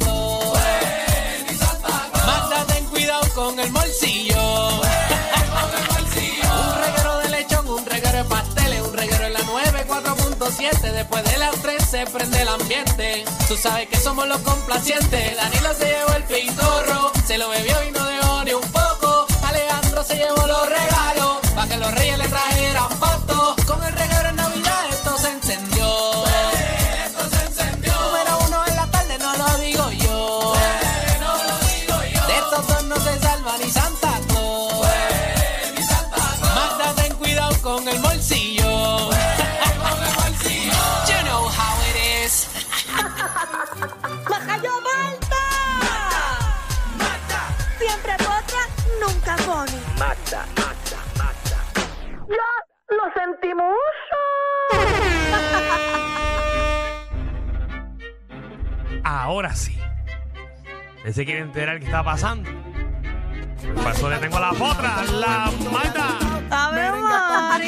Claus. Más ten cuidado con el morcillo. Un reguero de lechón, un reguero de pasteles, un reguero en la 9, 4.7. Después de las 3 se prende el ambiente. Tú sabes que somos los complacientes. Danilo se llevó el pintorro, se lo bebió y no dejó ni un poco. Alejandro se llevó los regalos, para que los reyes le trajeran fotos. Con el reguero en Navidad esto se encendió. esto se encendió. Número uno en la tarde, no lo digo yo. De estos dos no se salva ni Santa Claus. Magda, ten cuidado con el bolsillo. You know how it is. ¡Majayo Malta! Siempre potra, nunca pone. ¡Ya lo sentimos! Ahora sí. Él se quiere enterar qué está pasando. Por eso le tengo a la potra, la mata. ¡Ave María,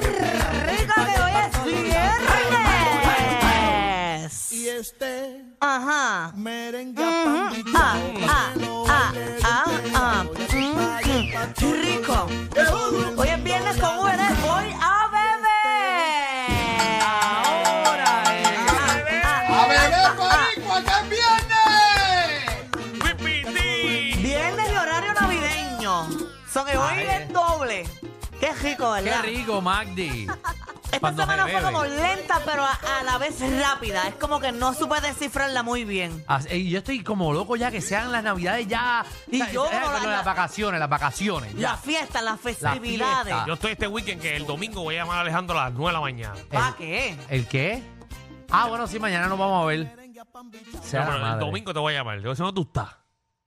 qué rico que hoy es viernes! Y este Ajá. merengue Ujú. Ah, ah, ah, ah, ah. Mm, ¡Qué rico! Hoy es viernes con VD, voy a beber. Ahora Ah, es. ah, ¡A beber boricua que viene! Pipiti. Viernes de horario navideño. Son que hoy es doble. Qué rico, ¿verdad? Qué rico, Magdi. Esta cuando semana se fue bebe. como lenta, pero a, a la vez rápida. Es como que no supe descifrarla muy bien. Así- eh, yo estoy como loco ya que sean las navidades ya. Y Eh, yo, eh, pero perdón, la- las vacaciones, las vacaciones. Ya. Las fiestas, las festividades. fiesta. Yo estoy este weekend que el domingo voy a llamar a Alejandro a las 9 de la mañana. ¿Para qué? ¿El qué? Ah, bueno, sí, mañana nos vamos a ver. No, Sea la pero el madre. domingo te voy a llamar. Yo si no tú estás.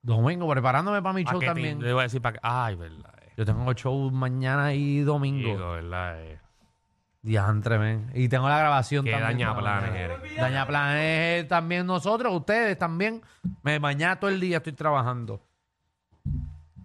Domingo, preparándome para mi Pa' show que te- también. Le voy a decir para que. Ay, verdad. eh. Yo tengo show mañana y Digo, domingo. verdad. eh. Diantre, men. Y tengo la grabación Qué también. daña para planes mañana. eres. Daña planes eh, también nosotros, ustedes también. Me mañana todo el día estoy trabajando.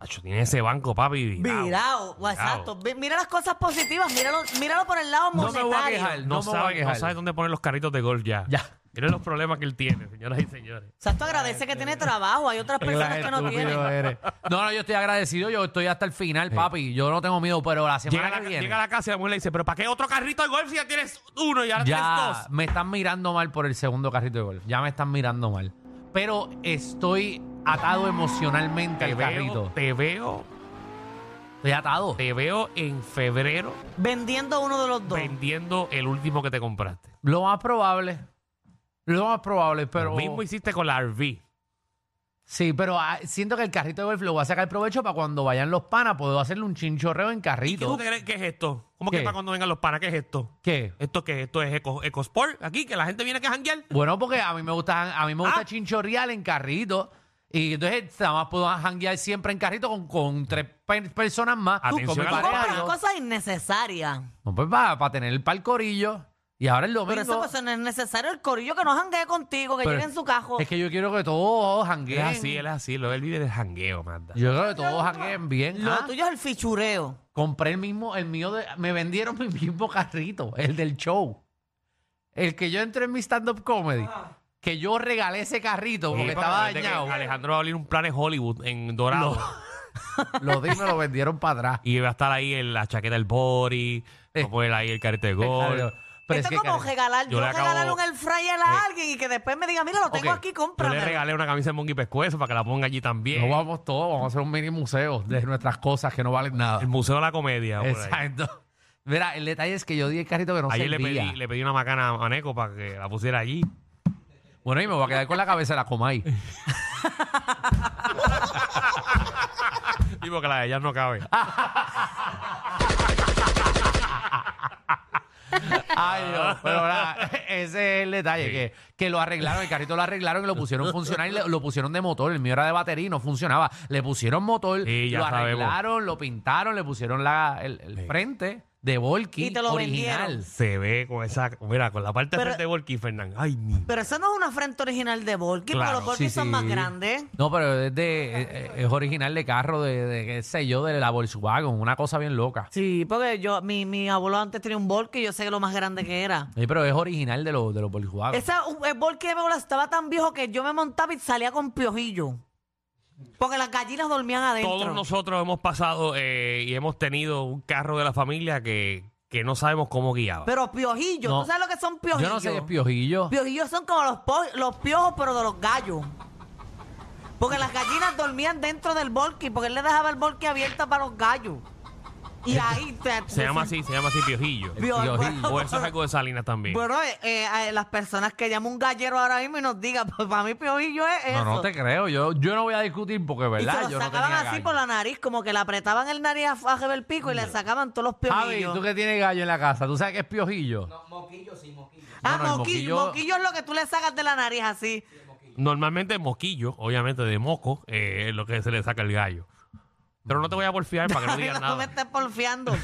Acho, tiene ese banco, papi. virado. Virado, exacto. Vi- Mira las cosas positivas, míralo, míralo por el lado No me voy a monetario. quejar. No, No me voy a sabe, no quejar. sabe dónde poner los carritos de gol ya. Ya. Miren los problemas que él tiene, señoras y señores. Exacto, agradece que tiene trabajo. Hay otras personas que no Estúpido eh. tienen. eres. No, no, yo estoy agradecido, yo estoy hasta el final, papi. Yo no tengo miedo, pero la semana Llega a, que la, viene. llega a la casa y la mujer le dice, pero ¿para qué otro carrito de golf si ya tienes uno y ahora tienes ya dos? me están mirando mal por el segundo carrito de gol. Ya me están mirando mal. Pero estoy atado emocionalmente Te al veo, carrito. te veo, Estoy atado. te veo en febrero Vendiendo uno de los dos. vendiendo el último que te compraste. Lo más probable. Lo más probable, pero. Lo mismo hiciste con la RV. Sí, pero ah, siento que el carrito de golf lo voy a sacar provecho para cuando vayan los panas. Puedo hacerle un chinchorreo en ¿Y qué tú carrito. te crees que es esto? ¿Cómo que ¿Qué? para cuando vengan los panas? ¿Qué es esto? ¿Qué? ¿Esto qué? ¿Esto es Eco- EcoSport? ¿Aquí? ¿Que la gente viene aquí a janguear? Bueno, porque a mí me gusta, a mí me gusta Ah. chinchorrear en carrito. Y entonces nada más puedo janguear siempre en carrito con, con tres pe- personas más. Atención con mi a la- pareja, Compras yo. cosas innecesarias. No, pues para, tener el palcorillo. Y ahora el domingo. Pero eso pues, no es necesario. El corillo que no janguee contigo, que Pero llegue en su cajo. Es que yo quiero que todos Él jangueen. es así, él es así. Lo, él vive del jangueo, manda. Yo quiero que todos jangueen bien. Lo Ah, tuyo es el fichureo. Compré el mismo, el mío de- me vendieron mi mismo carrito, el del show. El que yo entré en mi stand-up comedy. Que yo regalé ese carrito porque Sí, papá, estaba viste que dañado. Alejandro va a abrir un plan en Hollywood, en Dorado. Lo di y me lo vendieron para atrás. Y va a estar ahí en la chaqueta del body, va a poner ahí el carrete de Claro. gol. Pero Esto que es como cari- regalar, yo yo, le acabo- regalar un air fryer a alguien y que después me diga, mira, lo tengo Eh. Ok, aquí, Yo cómprame. le regalé una camisa de Monkey Pescuezo para que la ponga allí también. No vamos todos, vamos a hacer un mini museo de nuestras cosas que no valen nada. El Museo de la Comedia. por ahí. Exacto. Mira, el detalle es que yo di el carrito que no Ayer le servía. pedí, le pedí una macana a Neco para que la pusiera allí. Bueno, y me voy a quedar con la cabeza de la Comay. Ah. Y porque la de ella no cabe. caballo. Pero nada, ese es el detalle, que, que lo arreglaron, el carrito lo arreglaron y lo pusieron funcional y le- lo pusieron de motor. El mío era de batería y no funcionaba. Le pusieron motor, Sí, ya lo sabemos. arreglaron, lo pintaron, le pusieron la, el, el frente de Volky Y te lo original. vendieron. Se ve con esa. Mira, con la parte Pero- frente de Volky, Fernán. Ay, mi. Pero eso no es una frente original de Volky, Claro, pero los Volky sí, son sí. más grandes. No, pero es, de, es, es original de carro, de, de qué sé yo, de la Volkswagen, una cosa bien loca. Sí, porque yo, mi, mi abuelo antes tenía un Volky y yo sé que lo más grande que era. Sí, pero es original de los de los Volkswagen. Esa, el Volky de mi abuela estaba tan viejo que yo me montaba y salía con piojillo. Porque las gallinas dormían adentro. Todos nosotros hemos pasado eh, y hemos tenido un carro de la familia que, que no sabemos cómo guiaba. Pero piojillo, No. ¿tú sabes lo que son Yo piojillos? no sé qué es piojillo. Piojillos son como los, po- los piojos, pero de los gallos. Porque las gallinas dormían dentro del volky, porque él le dejaba el volky abierto para los gallos. Y ahí te, se llama así, se llama así Piojillo. Pio- piojillo. bueno, O eso es algo de Salinas también. bueno, eh, eh, eh, las personas que llaman un gallero ahora mismo y nos digan, pues para mí piojillo es eso. No, no te creo. Yo, yo no voy a discutir porque, y ¿verdad? se los yo no sacaban tenía así gallo. por la nariz, como que le apretaban el nariz a, a Rebel Pico y le sacaban todos los Javi, piojillos. tú que tienes gallo en la casa, ¿tú sabes qué es piojillo? ah, no, no, el moquillo, moquillo- moquillo es lo que tú le sacas de la nariz así. Normalmente moquillo, obviamente de moco, eh, es lo que se le saca el gallo. Pero no te voy a porfiar para que no digas no me nada. estés porfiando.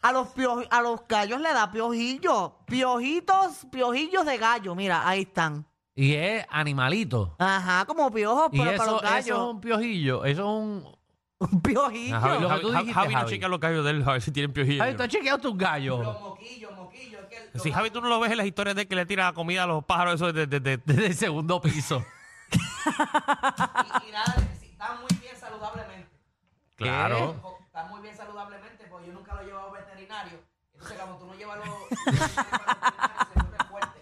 A los, pio- a los gallos le da piojillo. Piojitos, piojillos de gallo. Mira, ahí están. Y es animalito. Ajá, como piojos, Y pero para eso, los eso gallos. es un piojillo. Eso es un. Un piojillo. Ajá, y lo- Javi, que tú Javi- dijiste, Javi no Javi. checa los gallos de él a ver si tienen piojillo. Javi, tú has chequeado tus gallos. Si Javi tú no lo ves en las historias de él que le tira comida a los pájaros, eso de, de- de- de- Desde el segundo piso. y, y nada, si está muy bien saludablemente. Claro. Co- Está muy bien saludablemente porque yo nunca lo he llevado a un veterinario. Entonces, cuando tú no llevas los. los animales a un veterinario, se vuelve fuerte.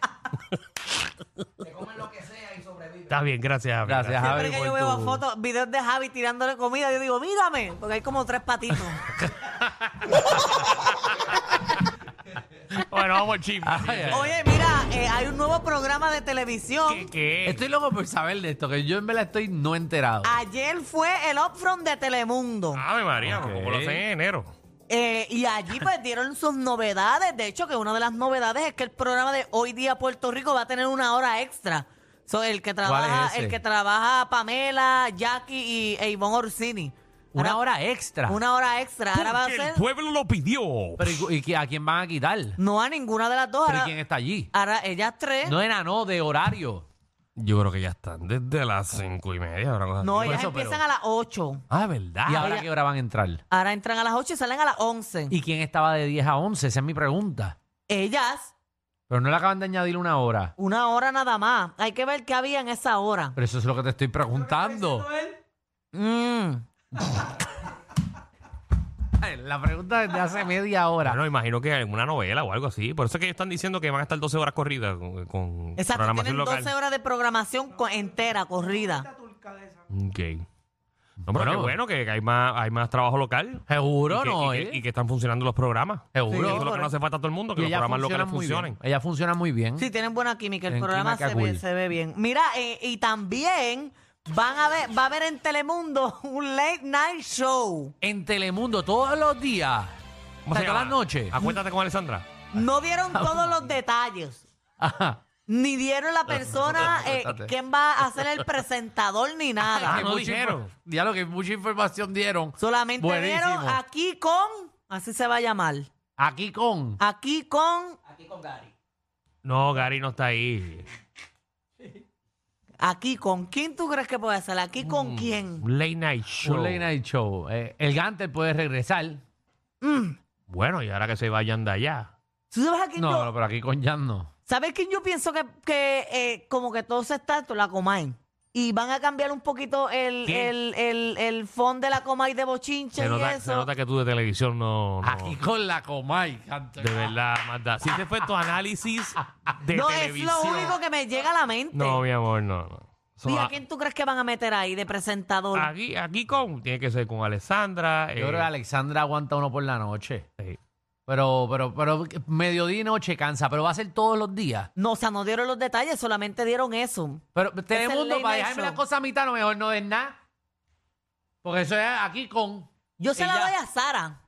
Se comen lo que sea y sobreviven. Está bien, gracias, Javi. Gracias, Javi. Siempre que por yo veo tu- fotos, videos de Javi tirándole comida, yo digo, mírame, porque hay como tres patitos. Bueno, vamos al chisme. Ay, ay. Oye, mira, eh, hay un nuevo programa de televisión. ¿Qué, qué? Estoy loco por saber de esto, que yo en verdad estoy no enterado. Ah, Ayer fue el Upfront de Telemundo. Ave María, Ok. como lo hacen en enero. Eh, y allí pues dieron sus novedades. De hecho, que una de las novedades es que el programa de Hoy Día Puerto Rico va a tener una hora extra. So, el que trabaja, ese? el que trabaja Pamela, Jackie y e Ivonne Orsini. Una Ahora- hora extra. ah, Una hora extra. Ahora va a Porque el ser. pueblo lo pidió. Pero, ¿y, y qué- a quién van a quitar? No a ninguna de las dos. ¿Pero Ahora, ¿y Ah, ¿eh? quién está allí? ahora ellas tres. No, No era, no, de horario. Yo creo que ya están desde las cinco y media. ahora cosas así. ellas eso, pero- empiezan a las 8. Ah, ¿verdad? ¿Y ahora Ella- qué hora van a entrar? Ahora entran a las 8 y salen a las 11. ¿Y quién estaba de 10 a 11? Esa es mi pregunta. Ellas, Pero no le acaban de añadir una hora. una hora nada más. Hay que ver qué había en esa hora. Pero eso es lo que te estoy preguntando. Mm. Ay, La pregunta desde hace media hora. Bueno, imagino que alguna novela o algo así. Por eso es que ellos están diciendo que van a estar 12 horas corridas con, con Exacto, programación tienen local. 12 horas de programación co- entera, corrida. Ok. No, pero Bueno. qué bueno que que hay más, hay más trabajo local. Seguro y que, no, y ¿eh? que- y que están funcionando los programas. Seguro. Eso es lo que no hace falta a todo el mundo, que los ella programas funciona locales muy funcionen. bien. Ella funciona muy bien. Sí, tienen buena química, el Tienen programa química se ve, cool. se ve bien. Mira, eh, y también van a ver, va a haber en Telemundo un late night show. En Telemundo todos los días. ¿Cómo Hasta se todas llama? Ah, las noches. Acuérdate con Alessandra. No dieron Ah, todos los detalles. Ajá. Ni dieron la persona, eh, quién va a ser el presentador, ni Ah, nada. Que no mucha dijeron. infor- Ya lo que mucha información dieron. Solamente Buenísimo. dieron aquí con, así se va a llamar, Aquí Ah, con. aquí con, Aquí con Gary. No, Gary no está ahí. aquí con. ¿Quién tú crees que puede ser? ¿Aquí con Mm. quién? Un late night show. Un late night show. Eh, el Gante puede regresar. Bueno, y ahora que se vayan de allá. ¿Tú sabes a quién No, yo- no, pero aquí con Jan no. ¿Sabes quién yo pienso que, que eh, como que todo se está esto, la Comay? Y van a cambiar un poquito el, ¿Qué? el, el, el fondo de la Comay de bochinche Se y nota, se eso. nota que tú de televisión no. no- Aquí con la Comay. Canto. De verdad, Magda. Si ese fue tu análisis de no, televisión. es lo único que me llega a la mente. No, mi amor, no. no. So, ¿Y a a- quién tú crees que van a meter ahí de presentador? aquí, aquí con. Tiene que ser con Alessandra. eh, Yo creo que Alexandra aguanta uno por la noche. Sí. Pero, pero, pero mediodía y noche cansa, pero va a ser todos los días. No, o sea, no dieron los detalles, solamente dieron eso. Pero el Telemundo, late para night dejarme show. la cosa a mitad, no mejor no es nada. Porque eso es aquí con Yo se la Ella- doy a Sara.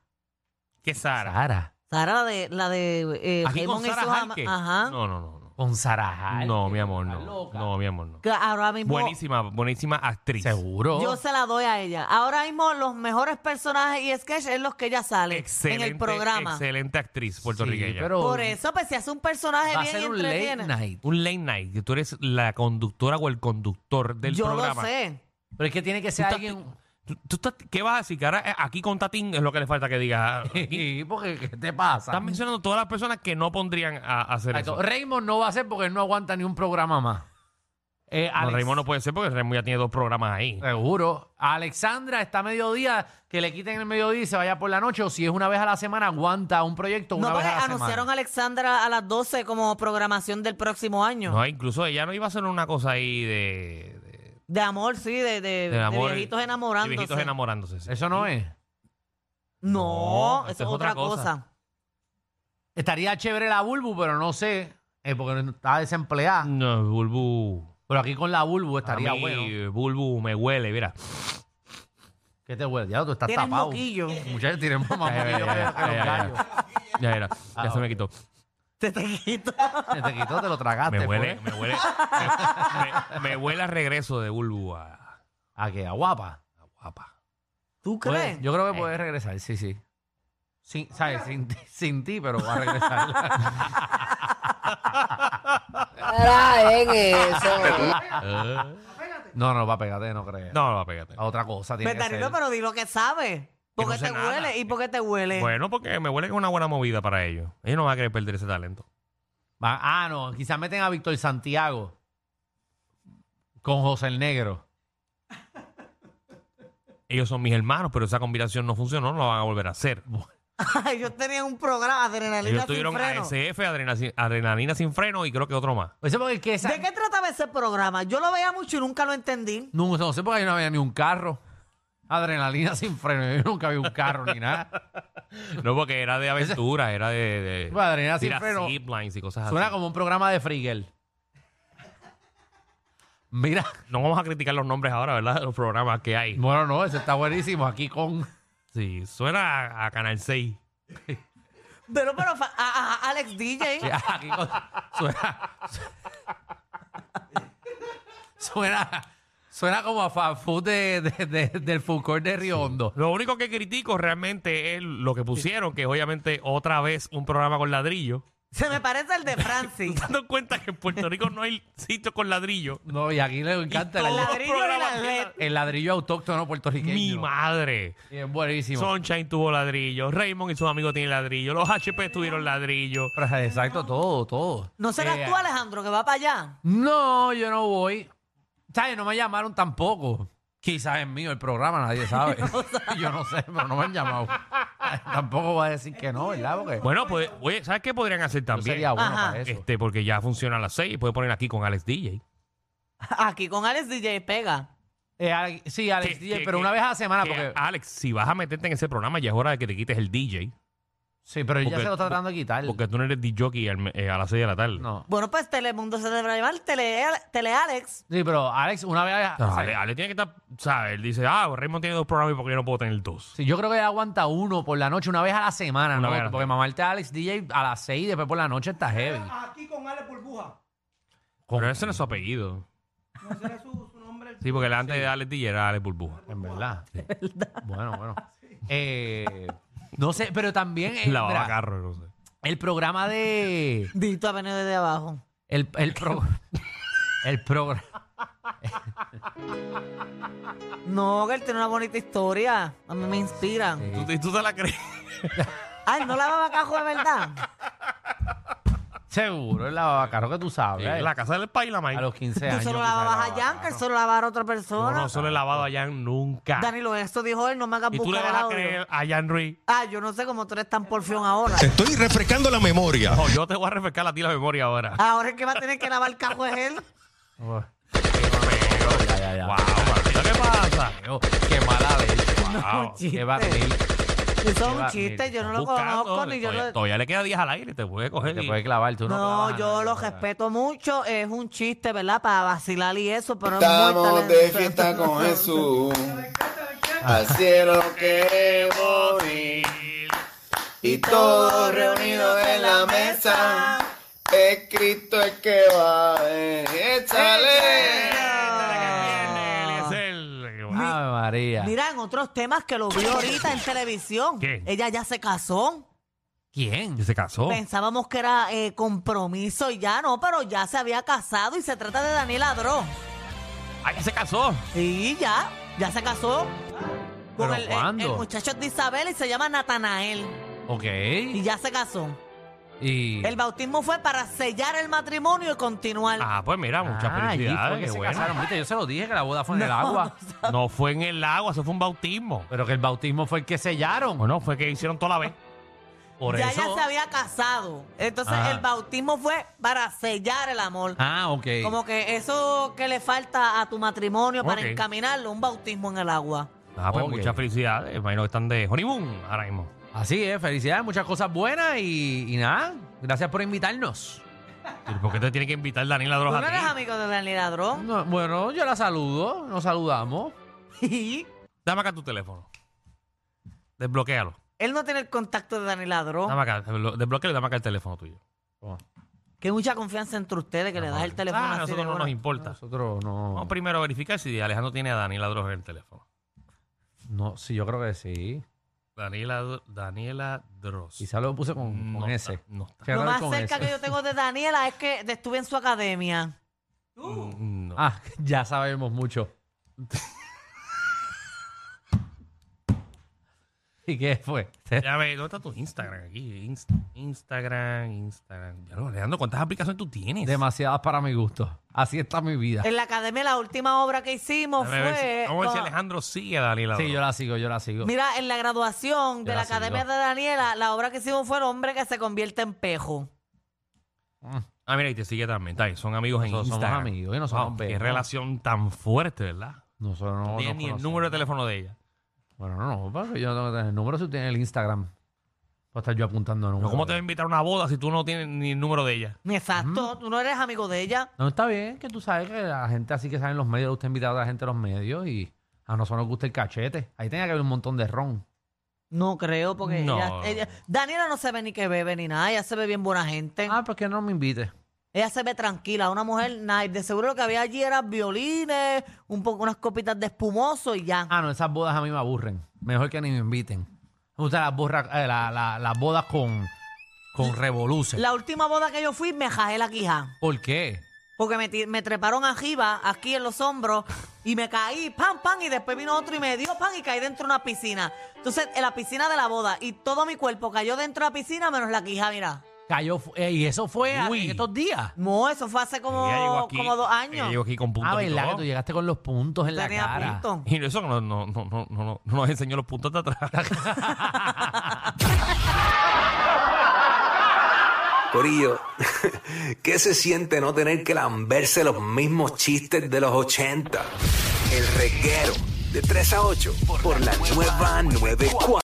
Que Sara. Sara. Sara, la de, la de eh, Aquí con Raymond y Sara sus ama- Jarque. Ajá. No, no, no. No, Con Sarah no mi amor, no. loca. No, mi amor, no. Que ahora mismo. Buenísima, buenísima actriz. Seguro. Yo se la doy a ella. Ahora mismo los mejores personajes y sketch es los que ella sale Excelente, en el programa. excelente actriz puertorriqueña. Sí, pero Por eso, pues si hace un personaje va a bien ser y un late entretiene. night. Un late night, que tú eres la conductora o el conductor del Yo programa. lo sé. Pero es que tiene que ser estás- alguien... ¿Tú, tú estás- ¿Qué vas a decir? Que ahora eh, aquí con Tatín es lo que le falta que diga. Aquí Sí, porque ¿qué te pasa? estás mencionando todas las personas que no pondrían a, a hacer Exacto. eso. Raymond no va a ser porque él no aguanta ni un programa más. Eh, No, Alex- Raymond no puede ser porque Raymond ya tiene dos programas ahí. Seguro. A Alexandra está a mediodía, que le quiten el mediodía y se vaya por la noche. O si es una vez a la semana, aguanta un proyecto una No, vez porque a la anunciaron semana. a Alexandra a las 12 como programación del próximo año. No, incluso ella no iba a hacer una cosa ahí de, de- De amor, sí, de, de- de de amor- viejitos de enamorándose. viejitos enamorándose, sí. Eso no es. No, No, eso esto es otra cosa. Estaría chévere la Bulbu, pero no sé, eh, porque no- está desempleada. No, Bulbu. Pero aquí con la Bulbu estaría Mm. a mí, eh, bueno. Bulbu me huele, mira. ¿Qué te huele? Ya tú estás Tienes tapado. moquillo. Muchachos, tienen más Ya, ya, moquillo que- ya, que los ya, ya. gallos. Ya era, ya se me quitó. Te te quito. Se Te quitó, te lo tragaste. Me pues. huele, pobre. me huele. me, me- me huele a regreso de Bulbu a, ¿A qué? Ah, ¿A guapa? a guapa. ¿Tú crees? Puede- yo creo que puedes regresar, sí, sí. Sin, ¿Sabes? Sin, ti- sin ti, pero va a regresar. Ah. No, no, va a pegarte, no crees. No, no, pégate. A otra cosa tiene que Betanilo, ser. Pues, pero di lo que sabes. ¿Por Que qué no sé te nada. huele? ¿Y por qué te huele? Bueno, porque me huele que es una buena movida para ellos. Ellos no van a querer perder ese talento. Va- ah, no, quizás meten a Víctor Santiago con José el Negro. Ellos son mis hermanos, pero esa combinación no funcionó, no la van a volver a hacer. Ellos tenían un programa, Ellos Adrenalina sin tuvieron freno. ASF, adrenalina sin, adrenalina sin freno y creo que otro más. Eso porque es que esa- ¿De qué trataba ese programa? Yo lo veía mucho y nunca lo entendí. No, no sé por qué no había ni un carro. Adrenalina sin freno. Yo nunca vi un carro ni nada. No, porque era de aventura, era de. de Bueno, Pues adrenalina sin tira freno. ziplines y cosas Suena así. como un programa de Frigel. Mira. No vamos a criticar los nombres ahora, ¿verdad? De los programas que hay. Bueno, no, ese está buenísimo. Aquí con. Sí, suena a, a Canal 6. Pero, pero, fa- a- a- Alex DJ. Aquí con suena, suena. Suena como a fan food de- de- de- del food court de Río Hondo. Lo único que critico realmente es lo que pusieron, que es obviamente otra vez un programa con ladrillo. Se me parece el de Francis. Dando en cuenta que en Puerto Rico no hay sitio con ladrillo. No, y aquí le encanta Y el, todo ladrillo, Ladrillo y programa la que LED. el ladrillo autóctono puertorriqueño. Mi madre. Y es buenísimo. Sunshine tuvo ladrillo, Raymond y sus amigos tienen ladrillo, los HP tuvieron ladrillo. Pues, Exacto, todo, todo. ¿No serás Eh, tú, Alejandro, que va para allá? No, yo no voy. ¿Sabes? No me llamaron tampoco. Quizás es mío el programa, nadie sabe. yo no sé, pero no me han llamado. tampoco voy a decir que no, ¿verdad? Porque Bueno, pues, oye, ¿sabes qué podrían hacer no también? sería bueno Ajá. para eso. Este, porque ya funciona a las 6 y puede poner aquí con Alex DJ. Aquí con Alex DJ pega. Eh, Alex- sí, Alex Que- DJ, que- pero que- una vez a la semana, que, Ah, porque. Alex, si vas a meterte en ese programa, ya es hora de que te quites el DJ. sí, pero ya porque- se lo está tratando de quitar. Porque tú no eres DJ jockey al- eh, a las 6 de la tarde. No. Bueno, pues Telemundo se deberá llamar Tele, Tele Alex. Sí, pero Alex, una vez. a- Ah, Ale, Ale tiene que estar, ¿sabes? Él dice, ah, Raymond tiene dos programas y porque yo no puedo tener dos. Sí, yo creo que aguanta uno por la noche, una vez a la semana, Una ¿no? vez a la Porque mamarte a Alex DJ a las seis y después por la noche está heavy. Aquí con Ale Burbuja. Pero ese no es su apellido. No será su, su nombre. Sí, porque él antes de Alex DJ era Alex Burbuja. En verdad. Bueno, bueno. Eh, no sé, pero también eh, Lavaba mira, carro, no sé. el programa de. Dito ha venido desde abajo. El, el, pro- el programa. No, que él tiene una bonita historia. A mí me inspira. ¿Tú, y tú te la crees? Ay, no lavaba cajo de verdad. Seguro, el lavacarro que tú sabes. ¿eh? la casa del país la a maíz. los 15 Tú años. solo quizás lavabas a lavacarro. Jan, que él solo lavaba a otra No, persona. no, solo he lavado a Jan nunca. Danilo, esto dijo él, no me hagas y tú le buscar el vas a audio. creer a Jan Ruiz. Ah, yo no sé cómo tú eres tan porfión ahora. Te estoy refrescando la memoria. No, Oh, yo te voy a refrescar a ti la memoria ahora. Ahora es que va a tener que lavar cajo es él. Uf, Pero, ya, ya, ya. Wow, Martita, ¿qué pasa? Dios, Qué mala leche. Wow. chiste. Qué barril. Eso es Qué un chiste, yo no lo Buscando, conozco ni yo todavía, lo... todavía le queda 10 al aire, te puede coger. Te y- puedes clavar, tú no clavas No, a yo nadie, lo o sea. respeto mucho, es un chiste, ¿verdad? Para vacilar y eso, pero es muy Estamos de talentoso. fiesta con Jesús. Así es lo que bonito. y todos reunidos en la mesa. Escrito es que va, eh, échale. Ah. Ave María. Mira, en otros temas que lo vi ahorita en televisión. ¿Qué? Ella ya se casó. ¿Quién? Se Oh. casó. Pensábamos que era eh, compromiso y ya no, pero ya se había casado y se trata de Daniela Dro. Ah, Ay, se casó. Y ya, ya se casó con ¿Pero el, el- cuándo? el muchacho de Isabel y se llama Natanael. Ok. Y ya se casó. Y. El bautismo fue para sellar el matrimonio y continuar. Ah, pues mira, muchas Ah, allí fue que felicidades. Qué se bueno. casaron. Viste, Yo se lo dije que la boda fue en el agua. No fue en el agua, eso fue un bautismo. Pero que el bautismo fue el que sellaron. Bueno, fue que hicieron toda la vez. Por ya eso. ella se había casado. Entonces Ah. Ajá. el bautismo fue para sellar el amor. Ah, ok. Como que eso que le falta a tu matrimonio para Ok. encaminarlo, un bautismo en el agua. Ah, pues Ok. muchas felicidades. Imagino que están de honeymoon ahora mismo. Así es, felicidades, muchas cosas buenas y, y nada. Gracias por invitarnos. ¿Y ¿Por qué te tiene que invitar Daniela ¿Tú Droga no eres a ti? amigo de Daniela Mm. Dro? No, bueno, yo la saludo, nos saludamos. Dame acá tu teléfono. Desbloquéalo. Él no tiene el contacto de Daniela Dro. Dame acá, desblo- desbloquéalo y dame acá el teléfono tuyo. Que hay mucha confianza entre ustedes que le das el teléfono Ah, a así de nosotros no una. nos importa. Nosotros no. Vamos primero a verificar si Alejandro tiene a Daniela Droga en el teléfono. No, sí, yo creo que sí. Daniela, Dro- Daniela Dross. Quizá lo puse con, No con está, ese. No está. Qué Lo raro más con cerca ese. que yo tengo de Daniela es que estuve en su academia. No. Ah, ya sabemos mucho. ¿Y qué fue? Ya ve, ¿dónde está tu Instagram aquí? Inst- Instagram, Instagram. Ya lo, Alejandro, ¿cuántas aplicaciones tú tienes? Demasiadas para mi gusto. Así está mi vida. En la academia la última obra que hicimos Déjame ver si- fue... vamos a ver si con- Alejandro sigue a Daniela Sí, Dross. yo la sigo, yo la sigo. Mira, en la graduación de Ya la la sigo. academia de Daniela, la obra que hicimos fue El hombre que se convierte en pejo. Ah, mira, y te sigue también. Está bien, son amigos en Nosotros somos Instagram. amigos y no somos Wow, Qué amigos. relación tan fuerte, ¿verdad? Nosotros no, No tiene nos ni el conocemos. número de teléfono de ella. Bueno, no, no, porque yo no tengo que tener el número si tiene el Instagram. Voy a estar yo apuntando números. Pero ¿Cómo te va a invitar a una boda si tú no tienes ni el número de ella? Exacto, tú no eres amigo de ella. No, está bien que tú sabes que la gente así que sale en los medios, usted invita a la gente a los medios y a nosotros nos gusta el cachete. Ahí tenía que haber un montón de ron. No creo, porque No. ella, ella- Daniela no se ve ni que bebe ni nada, ella se ve bien buena gente. Ah, ¿por qué no me invite? Ella se ve tranquila, una mujer nice. De seguro lo que había allí eran violines, un poco unas copitas de espumoso y ya. Ah, no, esas bodas a mí me aburren. Mejor que ni me inviten. Me gustan las, borra- eh, la- la- las bodas con, con revolución. La última boda que yo fui me jajé la quija. ¿Por qué? Porque me, ti- me treparon arriba, aquí en los hombros, y me caí, pam, pam, y después vino otro y me dio pam y caí dentro de una piscina. Entonces, en la piscina de la boda, y todo mi cuerpo cayó dentro de la piscina, menos la quija, mira. Cayó, fu- eh, y eso fue a- Uy. en estos días. No, eso fue hace Ella llegó como, aquí- como dos Ella años. llegó aquí con puntos Ah, y verdad todo. que tú llegaste con los puntos en la Tenía cara. punto. Y eso que no, no, no, no, no, no nos enseñó los puntos de atrás. Corillo, ¿qué se siente no tener que lamberse los mismos chistes de los 80? El reguero de 3 a 8 por la nueva 94.